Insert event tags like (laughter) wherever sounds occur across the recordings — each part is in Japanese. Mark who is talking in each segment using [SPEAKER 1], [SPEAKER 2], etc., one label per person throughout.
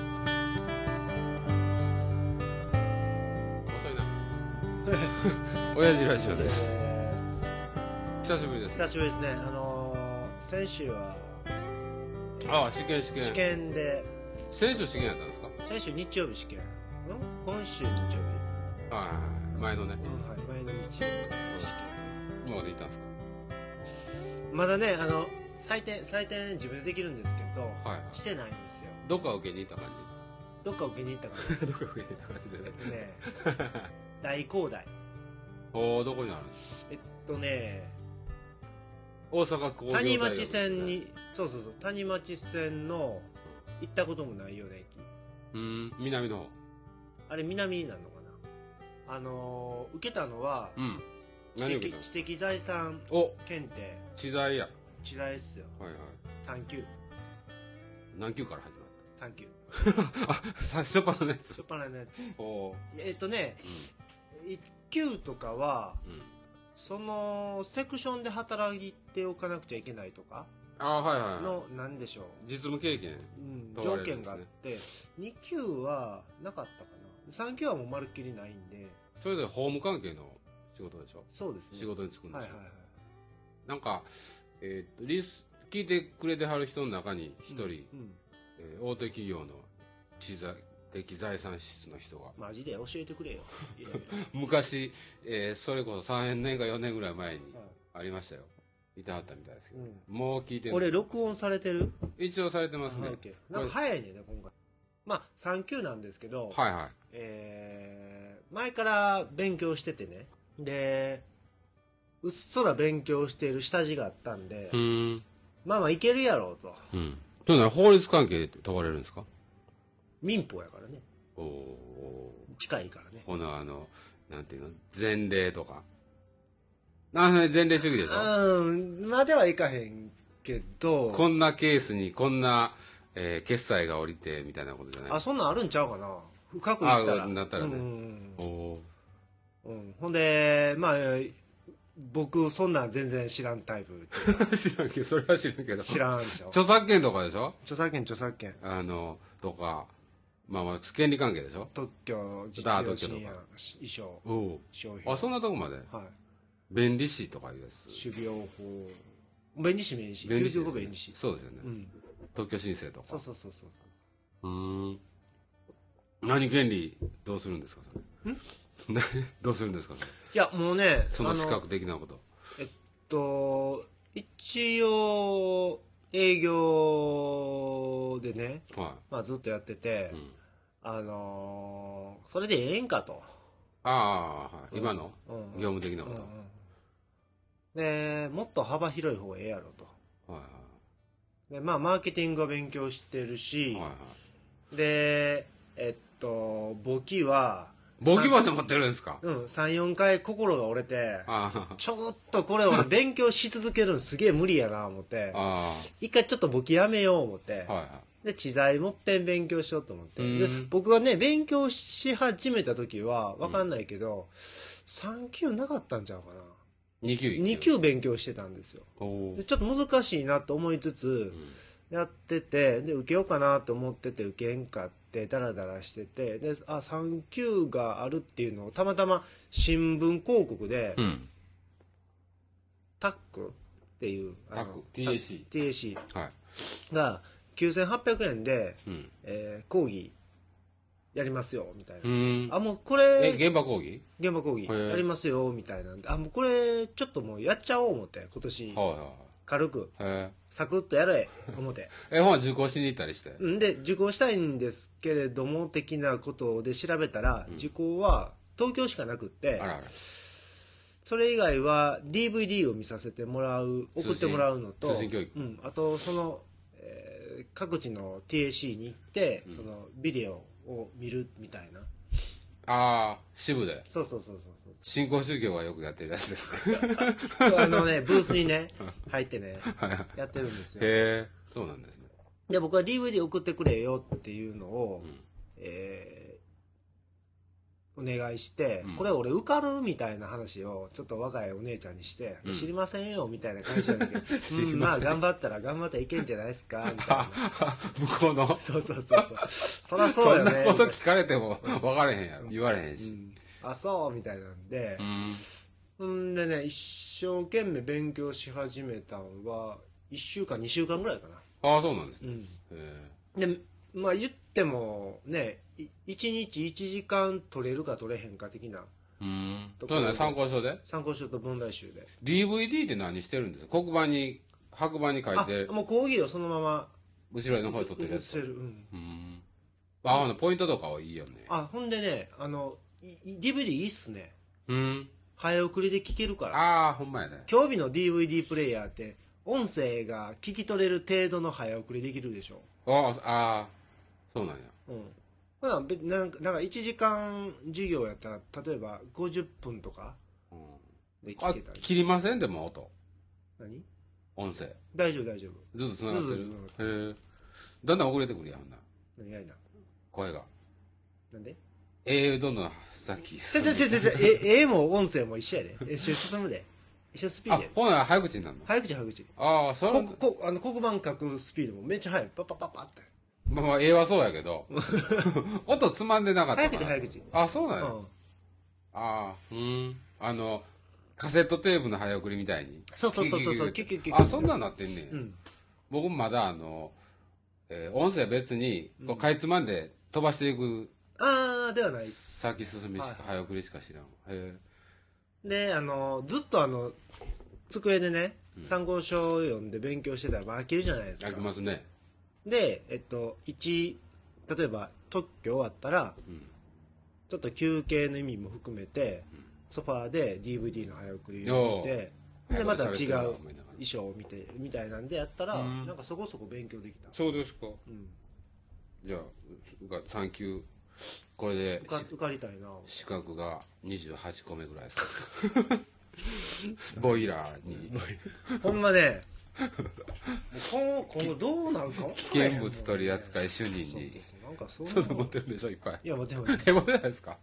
[SPEAKER 1] (laughs) 親父ラジオです久しぶりです
[SPEAKER 2] 久しぶりですねあのー、先週は
[SPEAKER 1] ああ試験試験
[SPEAKER 2] 試験で
[SPEAKER 1] 先週試験やったんですか
[SPEAKER 2] 先週日曜日試験ん今週日曜日
[SPEAKER 1] はい前のね
[SPEAKER 2] うんはい前の日曜日試験
[SPEAKER 1] 今まで行ったんです
[SPEAKER 2] まだねあの採点採点自分でできるんですけど、
[SPEAKER 1] かはい
[SPEAKER 2] してないんですよ
[SPEAKER 1] どっか受けに行った感
[SPEAKER 2] どっか受けに行ったか
[SPEAKER 1] じ (laughs) どっか受けに行った感じでね (laughs)
[SPEAKER 2] らね大工大
[SPEAKER 1] おおどこにあるんですか
[SPEAKER 2] えっとね
[SPEAKER 1] 大阪工業大学
[SPEAKER 2] 谷町線にそうそうそう谷町線の行ったこともないような駅
[SPEAKER 1] うん南の方
[SPEAKER 2] あれ南になるのかなあのー受けたのは
[SPEAKER 1] うん
[SPEAKER 2] 知
[SPEAKER 1] 何受け
[SPEAKER 2] 的
[SPEAKER 1] たんです
[SPEAKER 2] 知的財産
[SPEAKER 1] かお
[SPEAKER 2] 検定
[SPEAKER 1] 知財や
[SPEAKER 2] 知財っすよ
[SPEAKER 1] はいはい
[SPEAKER 2] 3級
[SPEAKER 1] 何級から始まっ
[SPEAKER 2] 3級
[SPEAKER 1] たあ (laughs) 最初っ端のやつ
[SPEAKER 2] 初っ端のやつ
[SPEAKER 1] おお
[SPEAKER 2] えっとね1級とかは
[SPEAKER 1] うん、うん、
[SPEAKER 2] そのセクションで働いておかなくちゃいけないとか
[SPEAKER 1] ああはいはい、はい、
[SPEAKER 2] の何でしょう
[SPEAKER 1] 実務経験
[SPEAKER 2] うん
[SPEAKER 1] 問わ
[SPEAKER 2] 条
[SPEAKER 1] れるん
[SPEAKER 2] 件
[SPEAKER 1] です
[SPEAKER 2] があっ
[SPEAKER 1] ね
[SPEAKER 2] て2級はなかったかな3級はもうまるっきりないんで
[SPEAKER 1] それで法務関係の仕事でしょ
[SPEAKER 2] そうですね
[SPEAKER 1] 仕事に就くん
[SPEAKER 2] は
[SPEAKER 1] で
[SPEAKER 2] い
[SPEAKER 1] し
[SPEAKER 2] は
[SPEAKER 1] ょ、
[SPEAKER 2] いはい
[SPEAKER 1] なんか、えーっとリス聞いてくれてはる人の中に一人、
[SPEAKER 2] うんうん
[SPEAKER 1] えー大手企業の知財的財産室の人が (laughs)
[SPEAKER 2] マジで教えてくれよいろい
[SPEAKER 1] 昔、えーそれこそ3年か4年ぐらい前に
[SPEAKER 2] ろは
[SPEAKER 1] ありましたよいてはったみたいですけ
[SPEAKER 2] い
[SPEAKER 1] ど、もう聞いてない
[SPEAKER 2] うんこれ録音されてる
[SPEAKER 1] 一応されてますね
[SPEAKER 2] はい OK なんか早いねんね今回まあ3級なんですけど、
[SPEAKER 1] はいはい
[SPEAKER 2] えー前から勉強しててねでうっそら勉強している下地があったんで、
[SPEAKER 1] うーん
[SPEAKER 2] まあまあいけるやろうと
[SPEAKER 1] うんというのは法律関係で問われるんですか
[SPEAKER 2] 民法やからね
[SPEAKER 1] おお
[SPEAKER 2] 近いからね
[SPEAKER 1] ほなあのなんていうの前例とかあ前例主義でしょ
[SPEAKER 2] うんまではいかへんけど
[SPEAKER 1] こんなケースにこんな、えー決済が降りてみたいなことじゃない
[SPEAKER 2] あそんなんあるんちゃうかな深く言ったら
[SPEAKER 1] あなったらね
[SPEAKER 2] うん
[SPEAKER 1] おお
[SPEAKER 2] うんほんでまあ僕そんなん全然知らんタイプ
[SPEAKER 1] ー (laughs) 知らんけどそれは知らんけど
[SPEAKER 2] 知らんで (laughs) しょ
[SPEAKER 1] 著作権とかでしょ
[SPEAKER 2] 著作権著作権
[SPEAKER 1] あのとかまあまあ権利関係でしょ
[SPEAKER 2] 特許実
[SPEAKER 1] ダート許可
[SPEAKER 2] 用信や衣装
[SPEAKER 1] おお
[SPEAKER 2] 商品
[SPEAKER 1] あそんなとこまで
[SPEAKER 2] はい
[SPEAKER 1] 弁理士とかいうやつ
[SPEAKER 2] 種病法弁理士弁理士
[SPEAKER 1] 弁
[SPEAKER 2] 救
[SPEAKER 1] 理士
[SPEAKER 2] 急
[SPEAKER 1] ですよ
[SPEAKER 2] 後
[SPEAKER 1] ね
[SPEAKER 2] 弁理士
[SPEAKER 1] そうですよね、
[SPEAKER 2] うん
[SPEAKER 1] 特許申請とか
[SPEAKER 2] そうそうそうそう
[SPEAKER 1] うーん何権利どうするんですかそれ何 (laughs) どうするんですかそれ
[SPEAKER 2] いやもうね
[SPEAKER 1] その資
[SPEAKER 2] あの
[SPEAKER 1] 格的なこと
[SPEAKER 2] えっと一応営業でね、
[SPEAKER 1] は
[SPEAKER 2] まあ、ずっとやってて、
[SPEAKER 1] い、うん、
[SPEAKER 2] あのーそれでええんかと、
[SPEAKER 1] ああ、はい、今の
[SPEAKER 2] うんうん
[SPEAKER 1] 業務的なこと、
[SPEAKER 2] うんうんでもっと幅広い方がええやろと
[SPEAKER 1] はいはい
[SPEAKER 2] でまあマーケティングは勉強してるし、
[SPEAKER 1] はいはい。
[SPEAKER 2] でえっと簿記は
[SPEAKER 1] 簿記まで持ってるんですか
[SPEAKER 2] うん、34回心が折れて
[SPEAKER 1] ああ、
[SPEAKER 2] ちょっとこ
[SPEAKER 1] (laughs)
[SPEAKER 2] れ俺勉強し続けるのすげえ無理やな思って
[SPEAKER 1] あ
[SPEAKER 2] 一回ちょっと簿記やめよう思って
[SPEAKER 1] あ、はいは
[SPEAKER 2] で知財もっぺん勉強しようと思ってで
[SPEAKER 1] うん。
[SPEAKER 2] 僕がね勉強し始めた時は分かんないけど、3級なかったんちゃうかない
[SPEAKER 1] 2級
[SPEAKER 2] 2。級勉強してたんですよ
[SPEAKER 1] おお
[SPEAKER 2] で。ちょっと難しいなと思いつつやっててで受けようかなと思ってて受けへんかってダラダラしててであ3級があるっていうのをたまたま新聞広告で、
[SPEAKER 1] うん。
[SPEAKER 2] タックっていうあの
[SPEAKER 1] タック TAC
[SPEAKER 2] タ TAC
[SPEAKER 1] はい。
[SPEAKER 2] が9800円で、
[SPEAKER 1] うん。
[SPEAKER 2] えー講義やりますよみたいな、
[SPEAKER 1] うーん。
[SPEAKER 2] あもうこ
[SPEAKER 1] え、
[SPEAKER 2] れ
[SPEAKER 1] 現場講義
[SPEAKER 2] 現場講義
[SPEAKER 1] へー
[SPEAKER 2] やりますよみたいなんであもうこれちょっともうやっちゃおう思って今年
[SPEAKER 1] はいは
[SPEAKER 2] 軽く
[SPEAKER 1] いはい。へ
[SPEAKER 2] サクッとやれ思って
[SPEAKER 1] え。え、ほん受講しに行ったりして。
[SPEAKER 2] んで受講したいんですけれども的なことで調べたら、受講は東京しかなくって
[SPEAKER 1] あらあら。
[SPEAKER 2] それ以外は DVD を見させてもらう
[SPEAKER 1] 通信
[SPEAKER 2] 送ってもらうのと
[SPEAKER 1] 通信教育
[SPEAKER 2] うん、あとその、えー各地の TAC に行って、そのビデオを見るみたいな
[SPEAKER 1] ああ、支部で。
[SPEAKER 2] そうそうそうそう
[SPEAKER 1] 新興宗教がよくやってるやつ (laughs) ですね。
[SPEAKER 2] そうあのねブース
[SPEAKER 1] (laughs)
[SPEAKER 2] にね入ってねやってるんですよ
[SPEAKER 1] へえ。そうなんですね。
[SPEAKER 2] で僕は DVD 送ってくれよっていうのを、
[SPEAKER 1] ん
[SPEAKER 2] えーお願いして、
[SPEAKER 1] うん
[SPEAKER 2] これ俺受かるみたいな話をちょっと若いお姉ちゃんにして、
[SPEAKER 1] うん
[SPEAKER 2] 知りませんよみたいな感じなんだけ
[SPEAKER 1] (laughs)
[SPEAKER 2] ど、
[SPEAKER 1] 知りません
[SPEAKER 2] うんまあ頑張ったら頑張ったらいけんじゃないですかみた
[SPEAKER 1] (laughs)
[SPEAKER 2] いな
[SPEAKER 1] 向こうの。
[SPEAKER 2] そうそうそうそうそらそ
[SPEAKER 1] そう
[SPEAKER 2] よ
[SPEAKER 1] んな
[SPEAKER 2] ね
[SPEAKER 1] こと聞かれても分かれへんやろ。言われへん
[SPEAKER 2] う
[SPEAKER 1] し。
[SPEAKER 2] んあそうみたいなんで
[SPEAKER 1] う、ん
[SPEAKER 2] んでね一生懸命勉強し始めたのは1週間2週間ぐらいかな
[SPEAKER 1] ああそうなんです
[SPEAKER 2] う
[SPEAKER 1] ね、
[SPEAKER 2] ん
[SPEAKER 1] え
[SPEAKER 2] でまあ言ってもね1日1時間取れるか取れへんか的な
[SPEAKER 1] えうん
[SPEAKER 2] とこ
[SPEAKER 1] そうね参考書で
[SPEAKER 2] 参考書と問題集で
[SPEAKER 1] DVD って何してるんですか黒板に白板に書い
[SPEAKER 2] あ
[SPEAKER 1] て
[SPEAKER 2] もう講義をそのまま
[SPEAKER 1] 後ろの方に撮ってるや
[SPEAKER 2] 映
[SPEAKER 1] つ
[SPEAKER 2] せる、うん、
[SPEAKER 1] うんああのポイントとかはいいよね
[SPEAKER 2] あほんでねあのいい DVD いいっすね
[SPEAKER 1] うん
[SPEAKER 2] 早送りで聴けるから
[SPEAKER 1] ああほんまやね
[SPEAKER 2] 今日日の DVD プレイヤーって音声が聞き取れる程度の早送りできるでしょ
[SPEAKER 1] あーあーそうなんや
[SPEAKER 2] うんほな別なんかなんか1時間授業やったら例えば50分とか
[SPEAKER 1] うん
[SPEAKER 2] で聞
[SPEAKER 1] あ
[SPEAKER 2] けたり
[SPEAKER 1] 切りませんでも音
[SPEAKER 2] 何
[SPEAKER 1] 音声
[SPEAKER 2] 大丈夫大丈夫
[SPEAKER 1] ずっとつながって
[SPEAKER 2] ずっとつ
[SPEAKER 1] るへえだんだん遅れてくるやんほんな
[SPEAKER 2] 何やいな
[SPEAKER 1] 声が
[SPEAKER 2] なんで
[SPEAKER 1] ええどんどん先
[SPEAKER 2] ち
[SPEAKER 1] 進
[SPEAKER 2] ょ
[SPEAKER 1] ん
[SPEAKER 2] ち
[SPEAKER 1] で
[SPEAKER 2] ょちょちょちょえ絵も音声も一緒やで一緒に進むで一緒にスピー
[SPEAKER 1] あ
[SPEAKER 2] ドやで
[SPEAKER 1] ほな早口になるの
[SPEAKER 2] 早口早口
[SPEAKER 1] ああそれ
[SPEAKER 2] ここあの黒板書くスピードもめっちゃ速いパッパッパッパッって
[SPEAKER 1] まあまあ絵はそうやけ
[SPEAKER 2] (laughs)
[SPEAKER 1] ど音つまんでなかったから
[SPEAKER 2] 早口早口
[SPEAKER 1] あそうなんや、
[SPEAKER 2] うん
[SPEAKER 1] ああうんあのカセットテープの早送りみたいに
[SPEAKER 2] そうそうそうそうそう
[SPEAKER 1] キュッキュッキュッキュッ
[SPEAKER 2] キュッキュッキュッ
[SPEAKER 1] あそんなんなってんねん、
[SPEAKER 2] うん
[SPEAKER 1] 僕もまだあの、えー音声別にこうかいつまんで飛ばしていく
[SPEAKER 2] ああではない
[SPEAKER 1] 先進みしか、
[SPEAKER 2] は
[SPEAKER 1] 早送りしか知らんへ
[SPEAKER 2] であのずっとあの机でね参考書を読んで勉強してたら、まあ、飽きるじゃないです
[SPEAKER 1] え
[SPEAKER 2] か
[SPEAKER 1] 飽きますね
[SPEAKER 2] でえっと1例えば特許終わったら、
[SPEAKER 1] ん
[SPEAKER 2] ちょっと休憩の意味も含めて、ソファーで DVD の早送りを見て
[SPEAKER 1] おー
[SPEAKER 2] でまた
[SPEAKER 1] 早送りされて
[SPEAKER 2] 違う
[SPEAKER 1] るな
[SPEAKER 2] 衣
[SPEAKER 1] 思いながら
[SPEAKER 2] 装を見てみたいなんでやったら、
[SPEAKER 1] うん
[SPEAKER 2] なんかそこそこ勉強できた
[SPEAKER 1] ちょうどですか
[SPEAKER 2] うん、
[SPEAKER 1] じゃあが3級これで
[SPEAKER 2] 受か受かりたいな
[SPEAKER 1] 資格が28個目ぐらいですか (laughs) ボイラーに
[SPEAKER 2] ほんまねもう今後今後どうなるか分からへん
[SPEAKER 1] 危険物取扱主任に
[SPEAKER 2] そうそうそうなんかそう
[SPEAKER 1] そういうの持ってるんでしょいっぱい
[SPEAKER 2] いやも
[SPEAKER 1] (laughs)
[SPEAKER 2] うでも
[SPEAKER 1] え持ってないですか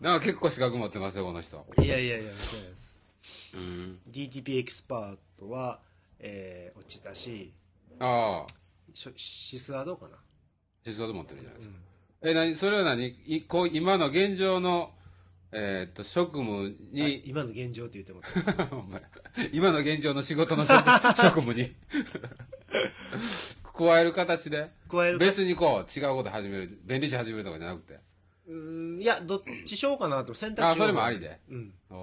[SPEAKER 1] なんか結構資格持ってますよこの人
[SPEAKER 2] いやいやいや、そうです。
[SPEAKER 1] うん
[SPEAKER 2] DTP エキスパートは、えー、落ちたし、
[SPEAKER 1] ああ
[SPEAKER 2] しシスはどうかな
[SPEAKER 1] 実はで持ってるじゃないですか、え何それは何いこう今の現状のえーっと職務
[SPEAKER 2] あ
[SPEAKER 1] に
[SPEAKER 2] 今の現状って言ってもらっ
[SPEAKER 1] お前今の現状の仕事の
[SPEAKER 2] (laughs)
[SPEAKER 1] 職職務に加える形で
[SPEAKER 2] た加えるか
[SPEAKER 1] 別にこう違うこと始める弁理士始めるとかじゃなくて
[SPEAKER 2] うーんいや、どっちしようかなと選択肢
[SPEAKER 1] あ
[SPEAKER 2] の方
[SPEAKER 1] それもあり。で
[SPEAKER 2] うん。
[SPEAKER 1] おう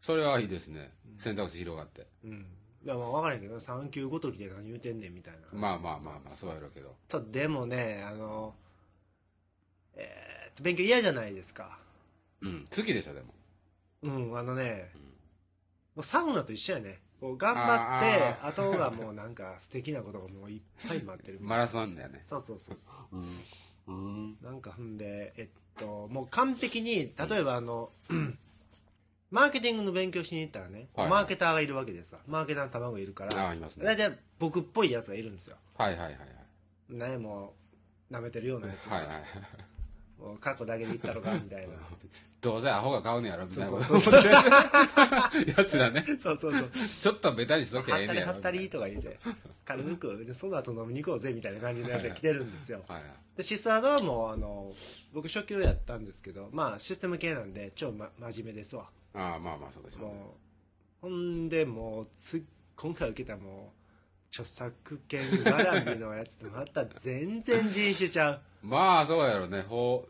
[SPEAKER 1] それはいいですね選択肢広がって
[SPEAKER 2] うん。いや、まあ分からへんけど、3級ごときで何言うてんねんみたいな。
[SPEAKER 1] まあまあまあまあそうやろうけど
[SPEAKER 2] ちょっとでもね、あの、えーっと、勉強嫌じゃないですか。
[SPEAKER 1] うん好きでしょでも
[SPEAKER 2] うん、あのね、もうサウナと一緒やね。こう頑張って
[SPEAKER 1] あ、
[SPEAKER 2] あとがもうなんか素敵なことがもういっぱい待っ
[SPEAKER 1] (laughs)
[SPEAKER 2] てる。
[SPEAKER 1] マラソンだよね
[SPEAKER 2] そうそうそうそう。
[SPEAKER 1] うん
[SPEAKER 2] なんかほんで、えっと、もう完璧に、例えばあの、マーケティングの勉強しに行ったらね、
[SPEAKER 1] はいはい
[SPEAKER 2] マーケターがいるわけですわ。マーケターの卵がいるから、
[SPEAKER 1] ああいますね
[SPEAKER 2] 大体僕っぽいやつがいるんですよ。
[SPEAKER 1] はいはいはいはい
[SPEAKER 2] ね、もう、舐めてるようなやつ。
[SPEAKER 1] はいはい
[SPEAKER 2] もう過去だけで言ったのか、み
[SPEAKER 1] (laughs)
[SPEAKER 2] たいな。
[SPEAKER 1] どうせアホが買うのやろみたいなこと
[SPEAKER 2] そう
[SPEAKER 1] 思ってるやつらね
[SPEAKER 2] そうそうそう。
[SPEAKER 1] ちょっとベタにしとけば
[SPEAKER 2] は
[SPEAKER 1] ええ
[SPEAKER 2] った
[SPEAKER 1] ね
[SPEAKER 2] り
[SPEAKER 1] や
[SPEAKER 2] は
[SPEAKER 1] ろ
[SPEAKER 2] ったりとか言うて、軽く、でその後飲みに行こうぜ、みたいな感じのやつが来てるんですよ。
[SPEAKER 1] はいはい
[SPEAKER 2] でシスアドはもう、あの、僕初級やったんですけど、まあシステム系なんで、超、ま、真面目ですわ。
[SPEAKER 1] ああまあまあそうでしょうね
[SPEAKER 2] もうほんでもうつ今回受けたもう著作権絡みのやつとまた全然人種ちゃう
[SPEAKER 1] (laughs) まあそうやろね法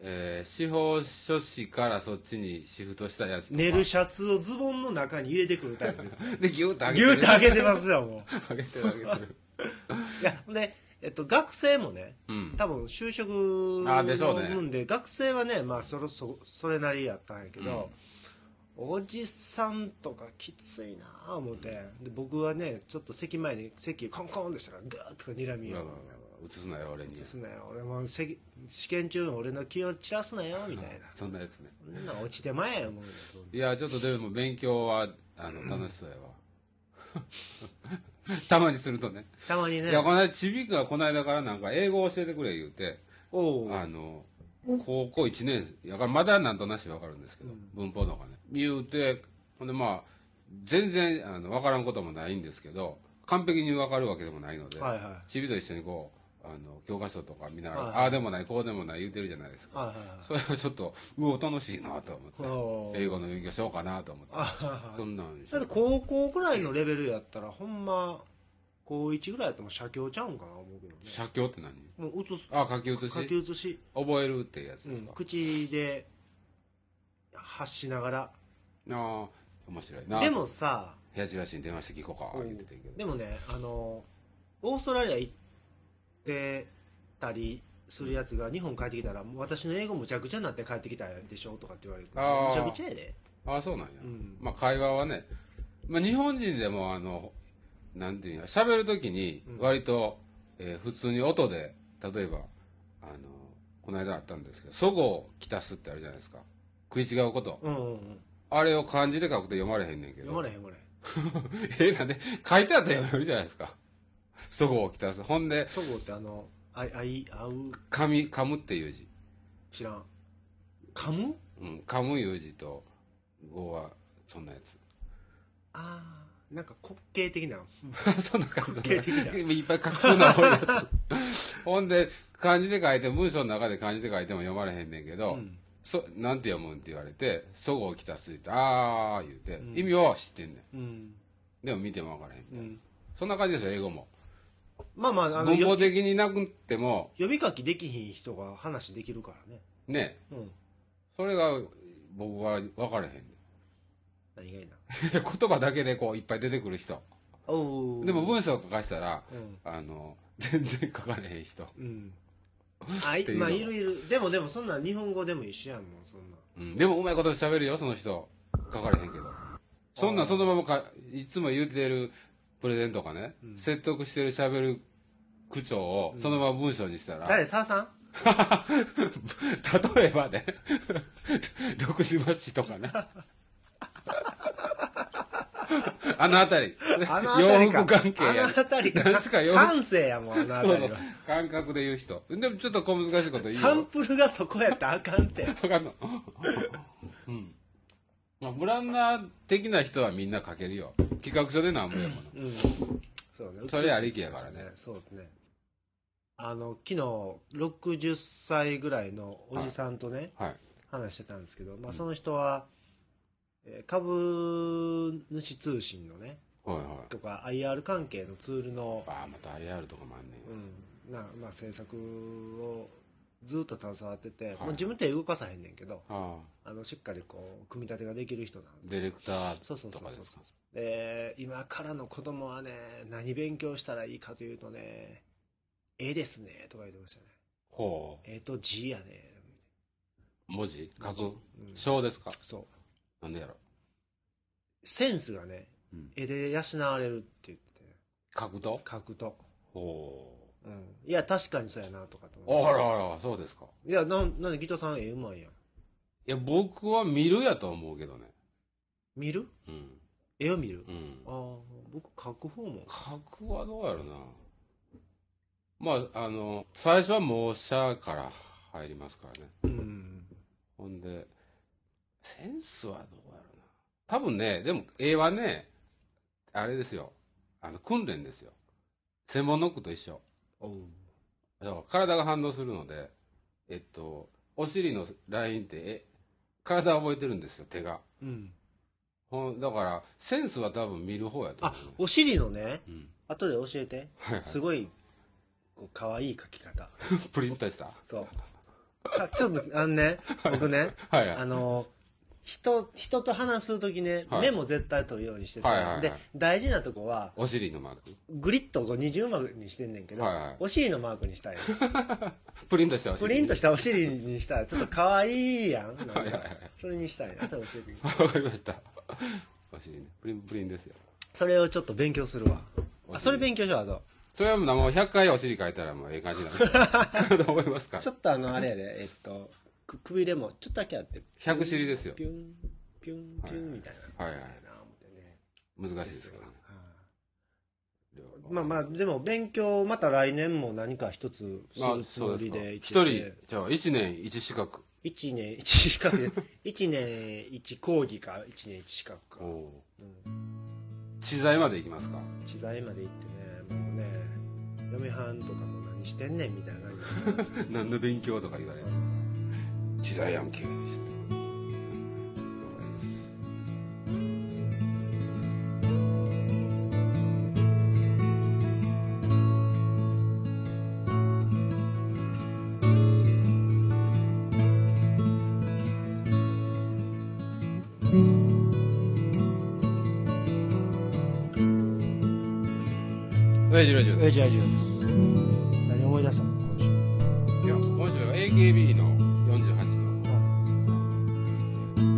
[SPEAKER 1] えー、司法書士からそっちにシフトしたやつとか
[SPEAKER 2] 寝るシャツをズボンの中に入れてくるタイプですよ
[SPEAKER 1] でギューッと上げて
[SPEAKER 2] ギュ
[SPEAKER 1] る
[SPEAKER 2] ッと上げてますよも
[SPEAKER 1] 上げてる上げてる
[SPEAKER 2] ういやほんで、えっと、学生もね
[SPEAKER 1] うん
[SPEAKER 2] 多分就職の
[SPEAKER 1] あでしょうね
[SPEAKER 2] 分で学生はねまあそろそそれなりやったんやけど、おじさんとかきついなあ思って、で僕はねちょっと席前に席コンコンでしたからグーッとか睨み
[SPEAKER 1] う
[SPEAKER 2] よ
[SPEAKER 1] わ
[SPEAKER 2] う
[SPEAKER 1] うわうわ映すなよ俺に
[SPEAKER 2] 映すなよ俺もせ試験中の俺の気を散らすなよみたいな
[SPEAKER 1] そんなやつね
[SPEAKER 2] そんなん落ちてまえよもうそんない
[SPEAKER 1] やちょっとでも勉強はあの楽しそうやわたまにするとね
[SPEAKER 2] たまに
[SPEAKER 1] いや
[SPEAKER 2] ね
[SPEAKER 1] この間ちびくがこの間からなんか英語を教えてくれ言うて
[SPEAKER 2] おう
[SPEAKER 1] あの高校1年やからまだなんとなし分かるんですけど、文法とかね言うてほんでまあ全然あの分からんこともないんですけど完璧に分かるわけでもないので、
[SPEAKER 2] はいは
[SPEAKER 1] ちびと一緒にこうあの教科書とか見ながら、
[SPEAKER 2] はい
[SPEAKER 1] ああでもないこうでもない言うてるじゃないですか、
[SPEAKER 2] はいはいはい
[SPEAKER 1] それはちょっとうお楽しいなと思っ
[SPEAKER 2] おー
[SPEAKER 1] て英語の勉強しようかなと思ってそんなんし
[SPEAKER 2] だって高校ぐらいのレベルやったらほんま高1ぐらいやったら写経ちゃうんかな思うけどね
[SPEAKER 1] 写経って何
[SPEAKER 2] もう写す
[SPEAKER 1] あ書き写
[SPEAKER 2] 書
[SPEAKER 1] し
[SPEAKER 2] き写し、
[SPEAKER 1] 覚えるってやつ
[SPEAKER 2] う
[SPEAKER 1] で
[SPEAKER 2] ん
[SPEAKER 1] すか、
[SPEAKER 2] 口で発しなが
[SPEAKER 1] ああ面白いな
[SPEAKER 2] らでもさ
[SPEAKER 1] 部屋チらしに電話して聞こうか言っててんけど
[SPEAKER 2] でもねあのオーストラリア行ってたりするやつが日本帰ってきたらもう私の英語むちゃくちゃになって帰ってきたでしょとかって言われる
[SPEAKER 1] あー
[SPEAKER 2] むちゃくちゃやで
[SPEAKER 1] ああそうなんや、
[SPEAKER 2] うん
[SPEAKER 1] まあ会話はね、まあ、日本人でもあのなんていうんや喋るときに割と、えー普通に音で例えばあのこの間あったんですけど「そごをきたす」ってあるじゃないですか食い違うこと
[SPEAKER 2] うんうんうん
[SPEAKER 1] あれを漢字で書くと読まれへんねんけ
[SPEAKER 2] 読ま
[SPEAKER 1] ど
[SPEAKER 2] れへん俺
[SPEAKER 1] えなんで書いてあったら読めるじゃないですか「そごをきたす」ほんで
[SPEAKER 2] そごってあのあいあいあう
[SPEAKER 1] 「噛み」「噛む」っていう字
[SPEAKER 2] 知らん噛む
[SPEAKER 1] うん、噛むいう字と語はそんなやつ
[SPEAKER 2] ああなんか滑稽的な
[SPEAKER 1] (laughs) そんな感じ
[SPEAKER 2] 滑稽的
[SPEAKER 1] いっぱい隠すな多いやつほんで漢字で書いて文章の中で漢字で書いても読まれへんねんけど「そなんて読むん?」って言われて「そごうきたす」って「ああ」言うて、意味は知ってんね
[SPEAKER 2] うん
[SPEAKER 1] んでも見ても分からへんみたいな、
[SPEAKER 2] うん
[SPEAKER 1] そんな感じですよ英語も
[SPEAKER 2] まあまああの
[SPEAKER 1] 文法
[SPEAKER 2] よ
[SPEAKER 1] 的になくっても
[SPEAKER 2] 呼び書きできひん人が話できるからね
[SPEAKER 1] ね
[SPEAKER 2] うん
[SPEAKER 1] それが僕は分からへんねん (laughs)
[SPEAKER 2] 何がいいな
[SPEAKER 1] 言葉だけでこういっぱい出てくる人
[SPEAKER 2] おお
[SPEAKER 1] でも文章書かしたら、
[SPEAKER 2] うん
[SPEAKER 1] あの全然書かれへん人
[SPEAKER 2] うんあい
[SPEAKER 1] っていうの
[SPEAKER 2] まあいるいるでもでもそんなん日本語でも一緒やんもんそんなん
[SPEAKER 1] うん、でもうまいこと喋るよその人書かれへんけどそんなんそのままかいつも言うてるプレゼントかね、説得してる喋る口調をそのまま文章にしたら、
[SPEAKER 2] 誰沢さん
[SPEAKER 1] 例えばね (laughs) 六島市とかね (laughs) あの辺り
[SPEAKER 2] あの辺りか
[SPEAKER 1] 洋服関係や
[SPEAKER 2] あの辺りか
[SPEAKER 1] 確か洋服
[SPEAKER 2] 感性やもんあの
[SPEAKER 1] そう
[SPEAKER 2] 辺
[SPEAKER 1] そ
[SPEAKER 2] り
[SPEAKER 1] う
[SPEAKER 2] は
[SPEAKER 1] 感覚で言う人でもちょっと小難しいこと言う
[SPEAKER 2] サン
[SPEAKER 1] よ
[SPEAKER 2] プルがそこやったらあか
[SPEAKER 1] (laughs)
[SPEAKER 2] んって
[SPEAKER 1] 分かんのうんまあブランナー的な人はみんな書けるよ企画書でなんぼやもん
[SPEAKER 2] うんそうね
[SPEAKER 1] それありきやからね
[SPEAKER 2] そうですねあの昨日60歳ぐらいのおじさんとね、
[SPEAKER 1] はい
[SPEAKER 2] 話してたんですけど、まあ、その人は、えー株主通信のね
[SPEAKER 1] はいはい
[SPEAKER 2] とか IR 関係のツールの、
[SPEAKER 1] ああまた IR とかもあんね
[SPEAKER 2] うんなまあ、政策をずっと携わってて、
[SPEAKER 1] い
[SPEAKER 2] もう自分手動かさへんねんけど
[SPEAKER 1] んああ
[SPEAKER 2] あのしっかりこう組み立てができる人なん
[SPEAKER 1] デ
[SPEAKER 2] で
[SPEAKER 1] ィレクタ
[SPEAKER 2] そう
[SPEAKER 1] ー
[SPEAKER 2] そう
[SPEAKER 1] と
[SPEAKER 2] そう
[SPEAKER 1] か
[SPEAKER 2] そ
[SPEAKER 1] で
[SPEAKER 2] う
[SPEAKER 1] すか
[SPEAKER 2] で今からの子供はね何勉強したらいいかというとね絵ですねとか言ってましたね
[SPEAKER 1] ほ
[SPEAKER 2] 絵と字やね
[SPEAKER 1] う文字書く
[SPEAKER 2] うん
[SPEAKER 1] 章ですか
[SPEAKER 2] そう
[SPEAKER 1] なんでやろ
[SPEAKER 2] センスがね
[SPEAKER 1] うん
[SPEAKER 2] 絵で養われるって言ってて
[SPEAKER 1] 書くと
[SPEAKER 2] 書くと、
[SPEAKER 1] ほ
[SPEAKER 2] うん、いや確かにそうやなとかと
[SPEAKER 1] うあ
[SPEAKER 2] 思
[SPEAKER 1] ら
[SPEAKER 2] っ
[SPEAKER 1] あらそうですか
[SPEAKER 2] ていやなんなんでギトさん絵うまい
[SPEAKER 1] い
[SPEAKER 2] やん
[SPEAKER 1] や僕は見るやと思うけどね
[SPEAKER 2] 見る
[SPEAKER 1] うん
[SPEAKER 2] 絵を見る
[SPEAKER 1] うん
[SPEAKER 2] ああ僕描く方も
[SPEAKER 1] 書くはどうやろなまああの最初は模写から入りますからね
[SPEAKER 2] うん
[SPEAKER 1] ほんで、センスはどうやろうな。多分ね、でも、絵はね、あれですよ。あの、訓練ですよ。専門ノックと一緒。
[SPEAKER 2] おう
[SPEAKER 1] だから体が反応するので、えっと、お尻のラインって、え、体は覚えてるんですよ、手が。
[SPEAKER 2] うん
[SPEAKER 1] ほんだから、センスは多分見る方やと
[SPEAKER 2] あ
[SPEAKER 1] 思うね。
[SPEAKER 2] お尻のね
[SPEAKER 1] うん。
[SPEAKER 2] 後で教えて
[SPEAKER 1] はいはい
[SPEAKER 2] すごいこう可愛い描き方
[SPEAKER 1] プリントした。
[SPEAKER 2] そうあちょっとあのね僕ね
[SPEAKER 1] はいはい。
[SPEAKER 2] あの人人と話す時ね、
[SPEAKER 1] はい
[SPEAKER 2] メモ絶対取るようにしてて、
[SPEAKER 1] はいはいはい
[SPEAKER 2] で大事なとこは
[SPEAKER 1] お尻のマーク。
[SPEAKER 2] グリッとこう二重マークにしてんねんけど、
[SPEAKER 1] はいはい
[SPEAKER 2] お尻のマークにしたいの
[SPEAKER 1] プリントしたお尻。
[SPEAKER 2] プリンとしたお尻にしたらちょっと可愛いやんなんか
[SPEAKER 1] はいはいはい
[SPEAKER 2] それにしたいなと教えて
[SPEAKER 1] (laughs) わかりました。お尻ね。プリンプリンですよ。
[SPEAKER 2] それをちょっと勉強するわあそれ勉強しようあと
[SPEAKER 1] それはもう100回お尻変えたらもうええ感じ (laughs) なんで体覚えますか
[SPEAKER 2] ちょっとあのあれやでえっとくくびれもちょっとだけやって
[SPEAKER 1] 100尻ですよ
[SPEAKER 2] ピュンピュンピュンみたいな
[SPEAKER 1] はいはい
[SPEAKER 2] なあ思ってね
[SPEAKER 1] 難しいですけどね両方
[SPEAKER 2] まあまあでも勉強また来年も何か一つす
[SPEAKER 1] ま
[SPEAKER 2] る
[SPEAKER 1] あ
[SPEAKER 2] つ
[SPEAKER 1] そう
[SPEAKER 2] も
[SPEAKER 1] です
[SPEAKER 2] り
[SPEAKER 1] か
[SPEAKER 2] でいて
[SPEAKER 1] 一人じゃあ1年1資格
[SPEAKER 2] 一年一資格 (laughs) 一年一講義か一年一資格か
[SPEAKER 1] 知財までいきますか
[SPEAKER 2] 知財まで行ってねもうね嫁はんとかも何何してんねんみたいな
[SPEAKER 1] (laughs)
[SPEAKER 2] 感
[SPEAKER 1] 何の勉強とか言われる時代やんけって言って大丈夫大丈夫
[SPEAKER 2] (laughs) じ親父ラジオです何思い出したの今週
[SPEAKER 1] いや今週は AKB の48の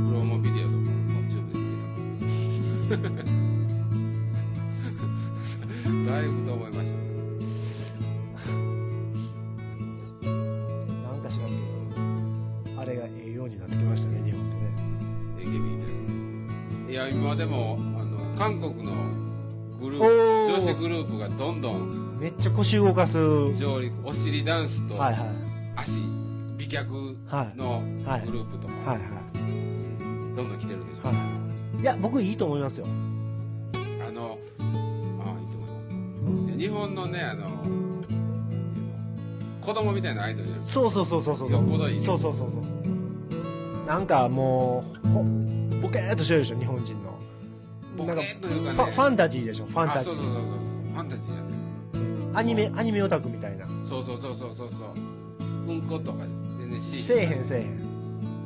[SPEAKER 1] (laughs) プロモビデオとかも YouTube で見てただいぶと思いましたね
[SPEAKER 2] なんかしらんけどあれがええようになってきましたね日本ってね
[SPEAKER 1] AKB でいや今でもあの韓国のグルー
[SPEAKER 2] おー
[SPEAKER 1] プ女子グループがどんどん
[SPEAKER 2] めっちゃ腰動かすはい
[SPEAKER 1] 上陸お尻ダンスと
[SPEAKER 2] はい
[SPEAKER 1] 足美脚
[SPEAKER 2] はい
[SPEAKER 1] の
[SPEAKER 2] はい
[SPEAKER 1] グループと
[SPEAKER 2] は
[SPEAKER 1] か
[SPEAKER 2] いはい
[SPEAKER 1] どんどん来てるでしょ、
[SPEAKER 2] はい、いや僕いいと思いますよ
[SPEAKER 1] あのああいいと思いますいや日本のねあの子供みたいなアイドルより
[SPEAKER 2] そうそうそうそうそう
[SPEAKER 1] よっぽどいいね
[SPEAKER 2] そうそうそうそうなんかもうほボケーっとしてるでしょ日本人の
[SPEAKER 1] ボケ
[SPEAKER 2] なんか
[SPEAKER 1] ーというかね
[SPEAKER 2] ファファンタジーでしょファンタ
[SPEAKER 1] あ
[SPEAKER 2] ジ
[SPEAKER 1] そう
[SPEAKER 2] ー
[SPEAKER 1] そうそうそうファンタジーやね
[SPEAKER 2] アニメアニメオタクみたいな
[SPEAKER 1] そうそうそうそうそうそううんことか全然
[SPEAKER 2] せえへんせえへん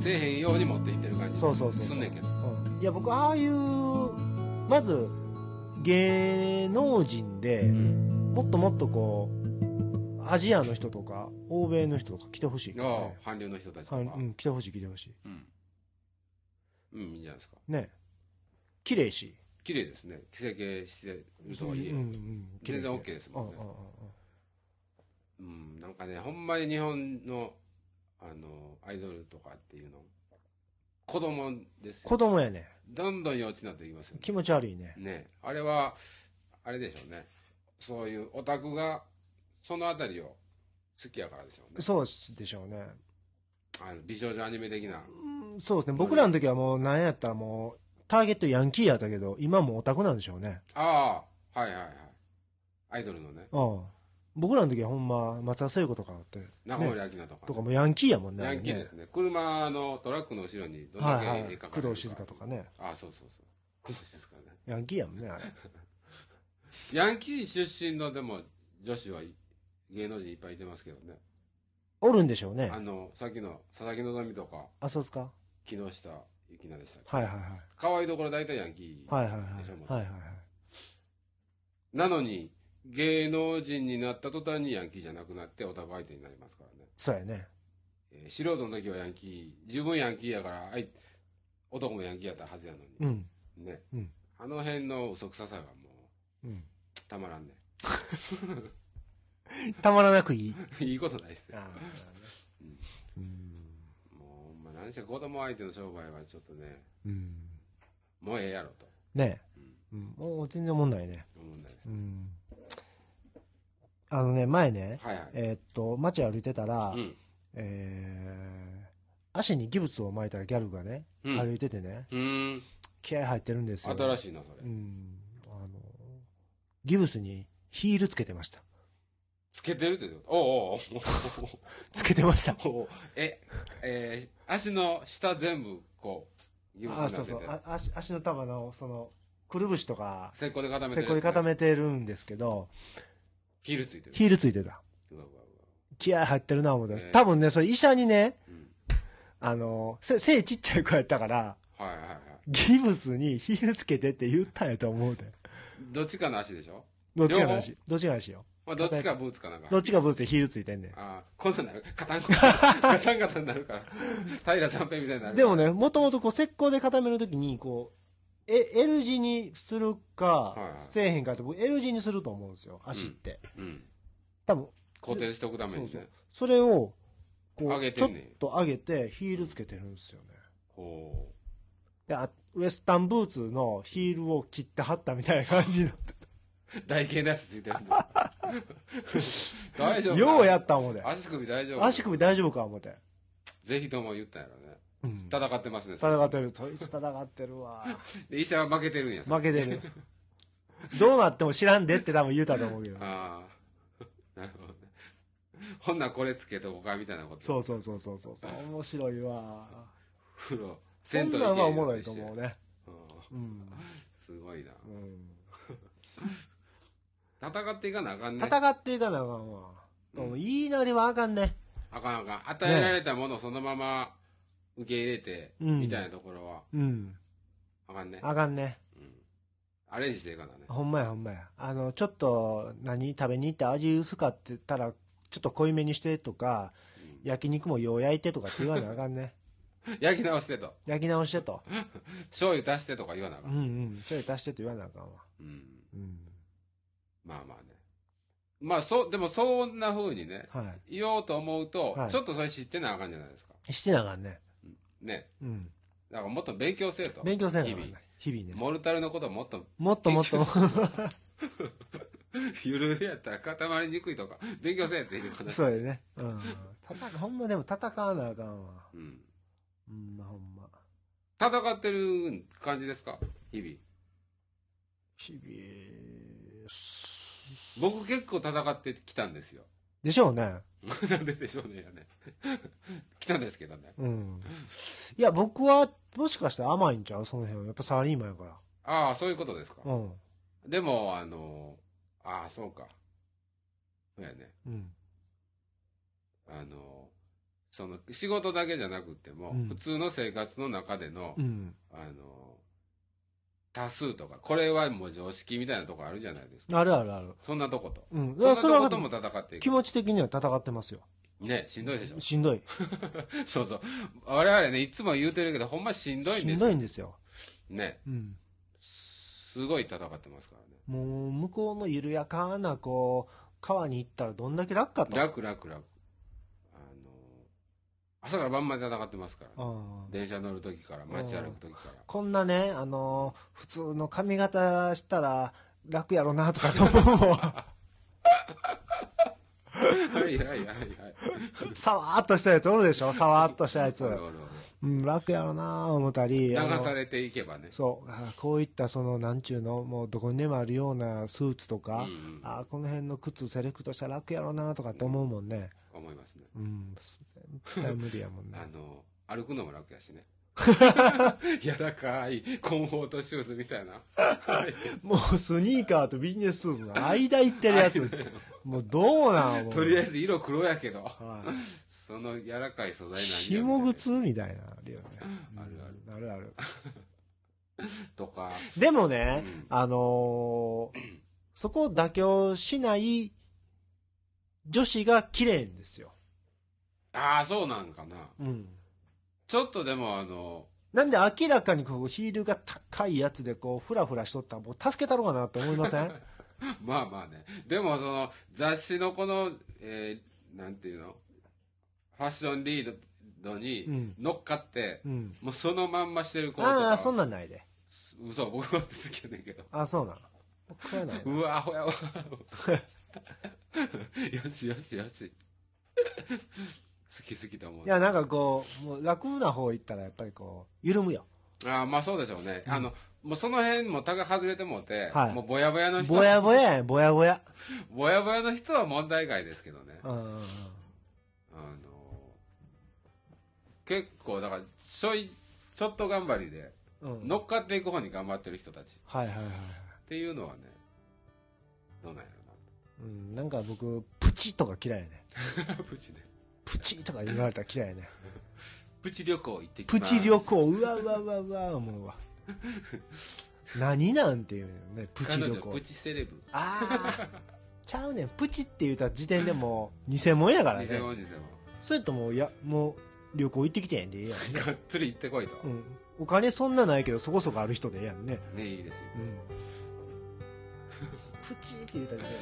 [SPEAKER 1] せえへんように持っていってる感じ
[SPEAKER 2] そうそうそうそ
[SPEAKER 1] す
[SPEAKER 2] うん
[SPEAKER 1] ねんけど
[SPEAKER 2] うんいや僕ああいうまず芸能人で
[SPEAKER 1] うん
[SPEAKER 2] もっともっとこうアジアの人とか欧米の人とか来てほしいけ
[SPEAKER 1] あ
[SPEAKER 2] ど
[SPEAKER 1] あ
[SPEAKER 2] ね
[SPEAKER 1] 韓流の人たちと
[SPEAKER 2] か
[SPEAKER 1] かうん
[SPEAKER 2] うん
[SPEAKER 1] ん
[SPEAKER 2] 来てほしい来てほし
[SPEAKER 1] うんいいんじゃないですか
[SPEAKER 2] いね綺麗し
[SPEAKER 1] 綺麗ですね着せ系してるとはいえ
[SPEAKER 2] うんうん綺麗
[SPEAKER 1] 全然
[SPEAKER 2] 綺
[SPEAKER 1] OK
[SPEAKER 2] 麗
[SPEAKER 1] です
[SPEAKER 2] う
[SPEAKER 1] も
[SPEAKER 2] ん
[SPEAKER 1] ん
[SPEAKER 2] う
[SPEAKER 1] ねうん
[SPEAKER 2] んうんうん
[SPEAKER 1] なんかねほんまに日本のあのアイドルとかっていうの子供ですよ
[SPEAKER 2] 子供やね
[SPEAKER 1] どんどん幼稚になっていきますよね
[SPEAKER 2] 気持ち悪いね
[SPEAKER 1] ねあれはあれでしょうねそういうオタクがそのあたりを好きやからでしょうね
[SPEAKER 2] そうでしょうね
[SPEAKER 1] あの美少女アニメ的な
[SPEAKER 2] うんそうですね僕らの時はもう何やったらもうターゲットヤンキーやったけど今もうオタクなんでしょうね
[SPEAKER 1] ああはいはいはいアイドルのね
[SPEAKER 2] うん僕らの時はほんま松田聖子とかって
[SPEAKER 1] 中森明菜とか
[SPEAKER 2] とかもヤンキーやもんね
[SPEAKER 1] ヤンキー
[SPEAKER 2] あ
[SPEAKER 1] で
[SPEAKER 2] れね
[SPEAKER 1] すね車のトラックの後ろにどんだ
[SPEAKER 2] は
[SPEAKER 1] け
[SPEAKER 2] い
[SPEAKER 1] 絵
[SPEAKER 2] はい
[SPEAKER 1] 描かれてるか、
[SPEAKER 2] 工藤静香とかね
[SPEAKER 1] ああそうそうそう工藤静香ね
[SPEAKER 2] ヤンキーやもんねあれ
[SPEAKER 1] ヤンキー出身のでも女子はい芸能人いっぱいいてますけどね
[SPEAKER 2] おるんでしょうね
[SPEAKER 1] あのさっきの佐々木希とか
[SPEAKER 2] あそうですか
[SPEAKER 1] 木下ゆきなでしたっけ
[SPEAKER 2] はいはいはい
[SPEAKER 1] 可愛いところ大体ヤンキー、
[SPEAKER 2] はいはいはい
[SPEAKER 1] でしょもう
[SPEAKER 2] はいはいはい
[SPEAKER 1] なのに芸能人になった途端にヤンキーじゃなくなってオタク相手になりますからね
[SPEAKER 2] そうやね
[SPEAKER 1] えー素人の時はヤンキー自分ヤンキーやからあい男もヤンキーやったはずやのに、
[SPEAKER 2] うん
[SPEAKER 1] ね、
[SPEAKER 2] うん
[SPEAKER 1] あの辺の嘘くささがも
[SPEAKER 2] うん
[SPEAKER 1] うたまらんね (laughs)
[SPEAKER 2] たまらなくいい
[SPEAKER 1] いいことないっすよ
[SPEAKER 2] あーうん
[SPEAKER 1] もうほんま何せ子供相手の商売はちょっとね
[SPEAKER 2] うん
[SPEAKER 1] もうええやろと
[SPEAKER 2] ねうんもう全然問題ね
[SPEAKER 1] 思うんだです
[SPEAKER 2] うんあのね、前ね、
[SPEAKER 1] はいはい
[SPEAKER 2] えーっと、街歩いてたら、
[SPEAKER 1] うん
[SPEAKER 2] えー足にギブスを巻いたギャルがね、
[SPEAKER 1] うん
[SPEAKER 2] 歩いててね、
[SPEAKER 1] うーん
[SPEAKER 2] 気合入ってるんですよ。
[SPEAKER 1] 新しいなそれ
[SPEAKER 2] うん。あの、ギブスにヒールつけてました。
[SPEAKER 1] つけてるって言うてたおうおう
[SPEAKER 2] つけてました。
[SPEAKER 1] おうおうおうええー足の下全部こうギブスにな
[SPEAKER 2] あ、
[SPEAKER 1] って
[SPEAKER 2] そう
[SPEAKER 1] て
[SPEAKER 2] そう。あ足足の束の、その、くるぶしとか、
[SPEAKER 1] 石膏で固めて
[SPEAKER 2] せ
[SPEAKER 1] る
[SPEAKER 2] っこで固めてるんですけど、
[SPEAKER 1] ヒールついてる
[SPEAKER 2] ヒールついてた。
[SPEAKER 1] うわうわうわ
[SPEAKER 2] 気合入ってるな思ってま
[SPEAKER 1] え
[SPEAKER 2] す。
[SPEAKER 1] ー
[SPEAKER 2] 多分ね、それ医者にね、
[SPEAKER 1] うん
[SPEAKER 2] あの、せ背ちっちゃい子やったから、
[SPEAKER 1] はいはいはい
[SPEAKER 2] ギブスにヒールつけてって言ったんやと思うで。
[SPEAKER 1] どっちかの足でしょ
[SPEAKER 2] どっちがなし。どっちがなしよ。
[SPEAKER 1] まあ、どっちかブーツかなんか。
[SPEAKER 2] どっちがブーツでヒールついてんね
[SPEAKER 1] ああ、こんなんなる。カタン、
[SPEAKER 2] (laughs)
[SPEAKER 1] カタンカタンになるから。平三平みたいになる。
[SPEAKER 2] ん。でも。ね、もともとこう、石膏で固めるときに、こう、え、L 字にするか
[SPEAKER 1] はいはい、
[SPEAKER 2] せえへんかって、僕 L 字にすると思うんですよ、足って。
[SPEAKER 1] うん。
[SPEAKER 2] 多分、
[SPEAKER 1] 固定しておくために
[SPEAKER 2] そう
[SPEAKER 1] ね。
[SPEAKER 2] そう。それを、こ
[SPEAKER 1] 上
[SPEAKER 2] う、
[SPEAKER 1] げ
[SPEAKER 2] ちょ
[SPEAKER 1] て
[SPEAKER 2] っ
[SPEAKER 1] んねん
[SPEAKER 2] と上げて、ヒールつけてるんですよね。
[SPEAKER 1] ほ
[SPEAKER 2] で、あウエスタンブーツのヒールを切って貼ったみたいな感
[SPEAKER 1] (laughs)
[SPEAKER 2] じになって
[SPEAKER 1] う。台形のやつついてるん
[SPEAKER 2] (laughs)
[SPEAKER 1] です。大丈夫。
[SPEAKER 2] ようやった思うで。
[SPEAKER 1] 足首大丈夫。
[SPEAKER 2] 足首大丈夫か思って。
[SPEAKER 1] ぜひとも言ったんやろね。
[SPEAKER 2] うん
[SPEAKER 1] 戦ってますね。
[SPEAKER 2] 戦ってる。そいつ戦ってるわ。
[SPEAKER 1] で医者は負けてるんや。
[SPEAKER 2] 負けてる。どうなっても知らんでって多分言うたと思うけど。
[SPEAKER 1] (laughs) ああ。なるほどね。ほんならこれつけとこうかみたいなこと
[SPEAKER 2] そうそうそうそうそうそう面白いわ
[SPEAKER 1] 風呂
[SPEAKER 2] そん
[SPEAKER 1] 行け
[SPEAKER 2] なんはおもろいと思う
[SPEAKER 1] ね
[SPEAKER 2] ね
[SPEAKER 1] う
[SPEAKER 2] うん、
[SPEAKER 1] んすごいな
[SPEAKER 2] うん、
[SPEAKER 1] 戦っていかなあかんね
[SPEAKER 2] 戦っていかなあかんわ、でも言いなりはあかんね
[SPEAKER 1] あかんあかん与えられたものをそのまま受け入れて、
[SPEAKER 2] うん
[SPEAKER 1] みたいなところは
[SPEAKER 2] うん
[SPEAKER 1] あかんね
[SPEAKER 2] あかんね
[SPEAKER 1] アレンジしていかなね
[SPEAKER 2] ほんまやほんまや。あの、ちょっと何食べに行って味薄かってたら、ちょっと濃いめにしてとか、焼肉もよう焼いてとかって言わなあかん (laughs) ね。
[SPEAKER 1] 焼き直してと
[SPEAKER 2] 焼き直してと。
[SPEAKER 1] 醤油足してとか言わなあか、
[SPEAKER 2] うんんうん。それ足してと言わなあかんわ。
[SPEAKER 1] うん
[SPEAKER 2] うん。
[SPEAKER 1] まあまあねまあそうでもそんな風にね
[SPEAKER 2] は
[SPEAKER 1] 言おうと思うと、
[SPEAKER 2] はい
[SPEAKER 1] ちょっとそれ知ってなあかんじゃないですか
[SPEAKER 2] い。してなあかんね。
[SPEAKER 1] ね
[SPEAKER 2] うん。
[SPEAKER 1] だからもっと勉強せよと
[SPEAKER 2] 勉強せなあ
[SPEAKER 1] 日
[SPEAKER 2] かん
[SPEAKER 1] 々
[SPEAKER 2] ね。日々ね。
[SPEAKER 1] モルタルのことをもっと (laughs)
[SPEAKER 2] もっともっと、
[SPEAKER 1] ゆるゆるやったら固まりにくいとか勉強せえっていう話
[SPEAKER 2] (laughs) そうやね。うん。戦、ほんまでも戦わなあかんわ。
[SPEAKER 1] うん
[SPEAKER 2] うんまあほんま。
[SPEAKER 1] 戦ってる感じですか日々
[SPEAKER 2] 日々、
[SPEAKER 1] 僕結構戦ってきたんですよ (laughs)
[SPEAKER 2] でしょうね。
[SPEAKER 1] なんででしょうねやね (laughs) 来たんですけどね
[SPEAKER 2] うん。いや、僕は、もしかしたら甘いんちゃうその辺は。やっぱサラリーマンやから。
[SPEAKER 1] ああそういうことですか
[SPEAKER 2] うん。
[SPEAKER 1] でもあのああそうかそうやね
[SPEAKER 2] うん。
[SPEAKER 1] あのその仕事だけじゃなくても、
[SPEAKER 2] うん
[SPEAKER 1] 普通の生活の中での、
[SPEAKER 2] うん。
[SPEAKER 1] あの多数とかこれはもう常識みたいなとこあるじゃないですか
[SPEAKER 2] あるあるある。
[SPEAKER 1] そんなとこと
[SPEAKER 2] うん。い
[SPEAKER 1] そん
[SPEAKER 2] や
[SPEAKER 1] な
[SPEAKER 2] それ
[SPEAKER 1] とこ
[SPEAKER 2] は
[SPEAKER 1] とも戦ってい
[SPEAKER 2] 気
[SPEAKER 1] く
[SPEAKER 2] 持ち的には戦ってますよ。
[SPEAKER 1] ねしんどいでしょ (laughs)
[SPEAKER 2] しんどい。
[SPEAKER 1] そうそう我々ねいつも言うてるけどほんましんどいん
[SPEAKER 2] し
[SPEAKER 1] で
[SPEAKER 2] ん
[SPEAKER 1] す
[SPEAKER 2] どいんですよ。
[SPEAKER 1] ね
[SPEAKER 2] うん。
[SPEAKER 1] すごい戦ってますからね
[SPEAKER 2] もう、向こうの緩やかな、こう、川に行ったらどんだけ楽かと。
[SPEAKER 1] 楽楽楽あの朝から晩まで戦ってますからね、
[SPEAKER 2] うん。
[SPEAKER 1] 電車乗る時から街歩く時から (laughs)
[SPEAKER 2] こんなね、あのー普通の髪型したら楽やろなとかと思う
[SPEAKER 1] (laughs)
[SPEAKER 2] わ
[SPEAKER 1] はいはいはいはい
[SPEAKER 2] さわーっとしたやつおるでしょさわーっとした
[SPEAKER 1] (laughs)
[SPEAKER 2] やつ
[SPEAKER 1] お。るおるおる
[SPEAKER 2] うん、楽やろな思ったり。
[SPEAKER 1] 流
[SPEAKER 2] あの
[SPEAKER 1] されていけばね
[SPEAKER 2] そうあこういったそのなんちゅうのもうどこにでもあるようなスーツとか、
[SPEAKER 1] うんうん
[SPEAKER 2] あこの辺の靴セレクトしたら楽やろなとかって思うもんね
[SPEAKER 1] 思いますね
[SPEAKER 2] うん絶対無理やもんね
[SPEAKER 1] あの歩くのも楽や
[SPEAKER 2] (laughs)
[SPEAKER 1] しね柔らかいコンフォートシューズみたいな
[SPEAKER 2] もうスニーカーとビジネススーツの間行ってる (laughs) やつもうどうなんもう
[SPEAKER 1] とりあえず色黒やけど
[SPEAKER 2] はい
[SPEAKER 1] その柔らかい素材なんやみたい
[SPEAKER 2] 紐
[SPEAKER 1] な
[SPEAKER 2] 靴みたいなのあるよね
[SPEAKER 1] あるある
[SPEAKER 2] あるある
[SPEAKER 1] とか
[SPEAKER 2] でもね、
[SPEAKER 1] うん
[SPEAKER 2] あのーそこを妥協しない女子が綺麗んですよ
[SPEAKER 1] ああそうなんかな
[SPEAKER 2] うん
[SPEAKER 1] ちょっとでもあの (laughs)
[SPEAKER 2] なんで明らかにこうヒールが高いやつでこうフラフラしとったらもう助けたろうかなって思いま
[SPEAKER 1] (laughs)
[SPEAKER 2] せん
[SPEAKER 1] まあまあねでもその雑誌のこの、えーなんていうのファッションリード
[SPEAKER 2] う
[SPEAKER 1] に
[SPEAKER 2] ん
[SPEAKER 1] 乗っかって、
[SPEAKER 2] うん。
[SPEAKER 1] もうそのまんましてる子と
[SPEAKER 2] あ
[SPEAKER 1] か
[SPEAKER 2] あ、そんなんないで。
[SPEAKER 1] 嘘僕は好きやねんけど
[SPEAKER 2] ああ、そうなん。これはない。
[SPEAKER 1] (laughs) うわアホやわよ
[SPEAKER 2] (laughs)
[SPEAKER 1] しよしよし好き好きと思う
[SPEAKER 2] いや、なんかこう、もう楽な方行ったらやっぱりこう、緩むよ。
[SPEAKER 1] ああまあそうでしょうね、あのもうその辺もタが外れてもうて、
[SPEAKER 2] は
[SPEAKER 1] (laughs)
[SPEAKER 2] い
[SPEAKER 1] もうぼやぼやの人
[SPEAKER 2] ぼやぼややん、ぼやぼや。
[SPEAKER 1] ぼやぼやの人は問題外ですけどね
[SPEAKER 2] うんうんうん。
[SPEAKER 1] あの結構だからちょいちょっと頑張りで
[SPEAKER 2] うん。
[SPEAKER 1] 乗っかっていく方に頑張ってる人たちっ
[SPEAKER 2] はいはいはい。
[SPEAKER 1] ていうのはねどうなんや
[SPEAKER 2] うん、なんか僕、プチとか嫌いやね。
[SPEAKER 1] ろなプチね
[SPEAKER 2] (laughs) プチとか言われたら嫌いや
[SPEAKER 1] (laughs)
[SPEAKER 2] ね。
[SPEAKER 1] プチ旅行行ってきます
[SPEAKER 2] プチ旅行、うわうわうわうわ、思
[SPEAKER 1] (laughs)
[SPEAKER 2] うわ。何なんていうのね、プチ旅
[SPEAKER 1] 彼女
[SPEAKER 2] 行
[SPEAKER 1] プ。チセレブ
[SPEAKER 2] ああちゃうねんプチって言うた時点でもう偽物やからね
[SPEAKER 1] 偽物偽
[SPEAKER 2] それともういやもう旅行行ってきてんでええやんね
[SPEAKER 1] 物、がっつり行ってこいと、
[SPEAKER 2] うん、お金そんなないけどそこそこある人でええやんね、
[SPEAKER 1] ねいいですよ
[SPEAKER 2] うん、 (laughs) プチって言うた時点で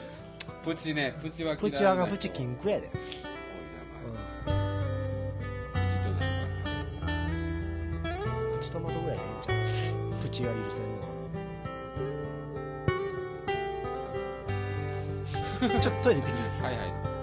[SPEAKER 1] プチねプチは嫌いな人
[SPEAKER 2] プチはがプチ禁句やで、
[SPEAKER 1] 多いなま
[SPEAKER 2] う
[SPEAKER 1] あプチとなんか
[SPEAKER 2] ん、プチトマトぐらいでええんちゃうプチが許せ (laughs) んのちょっとトイレ行ってきます
[SPEAKER 1] はいはい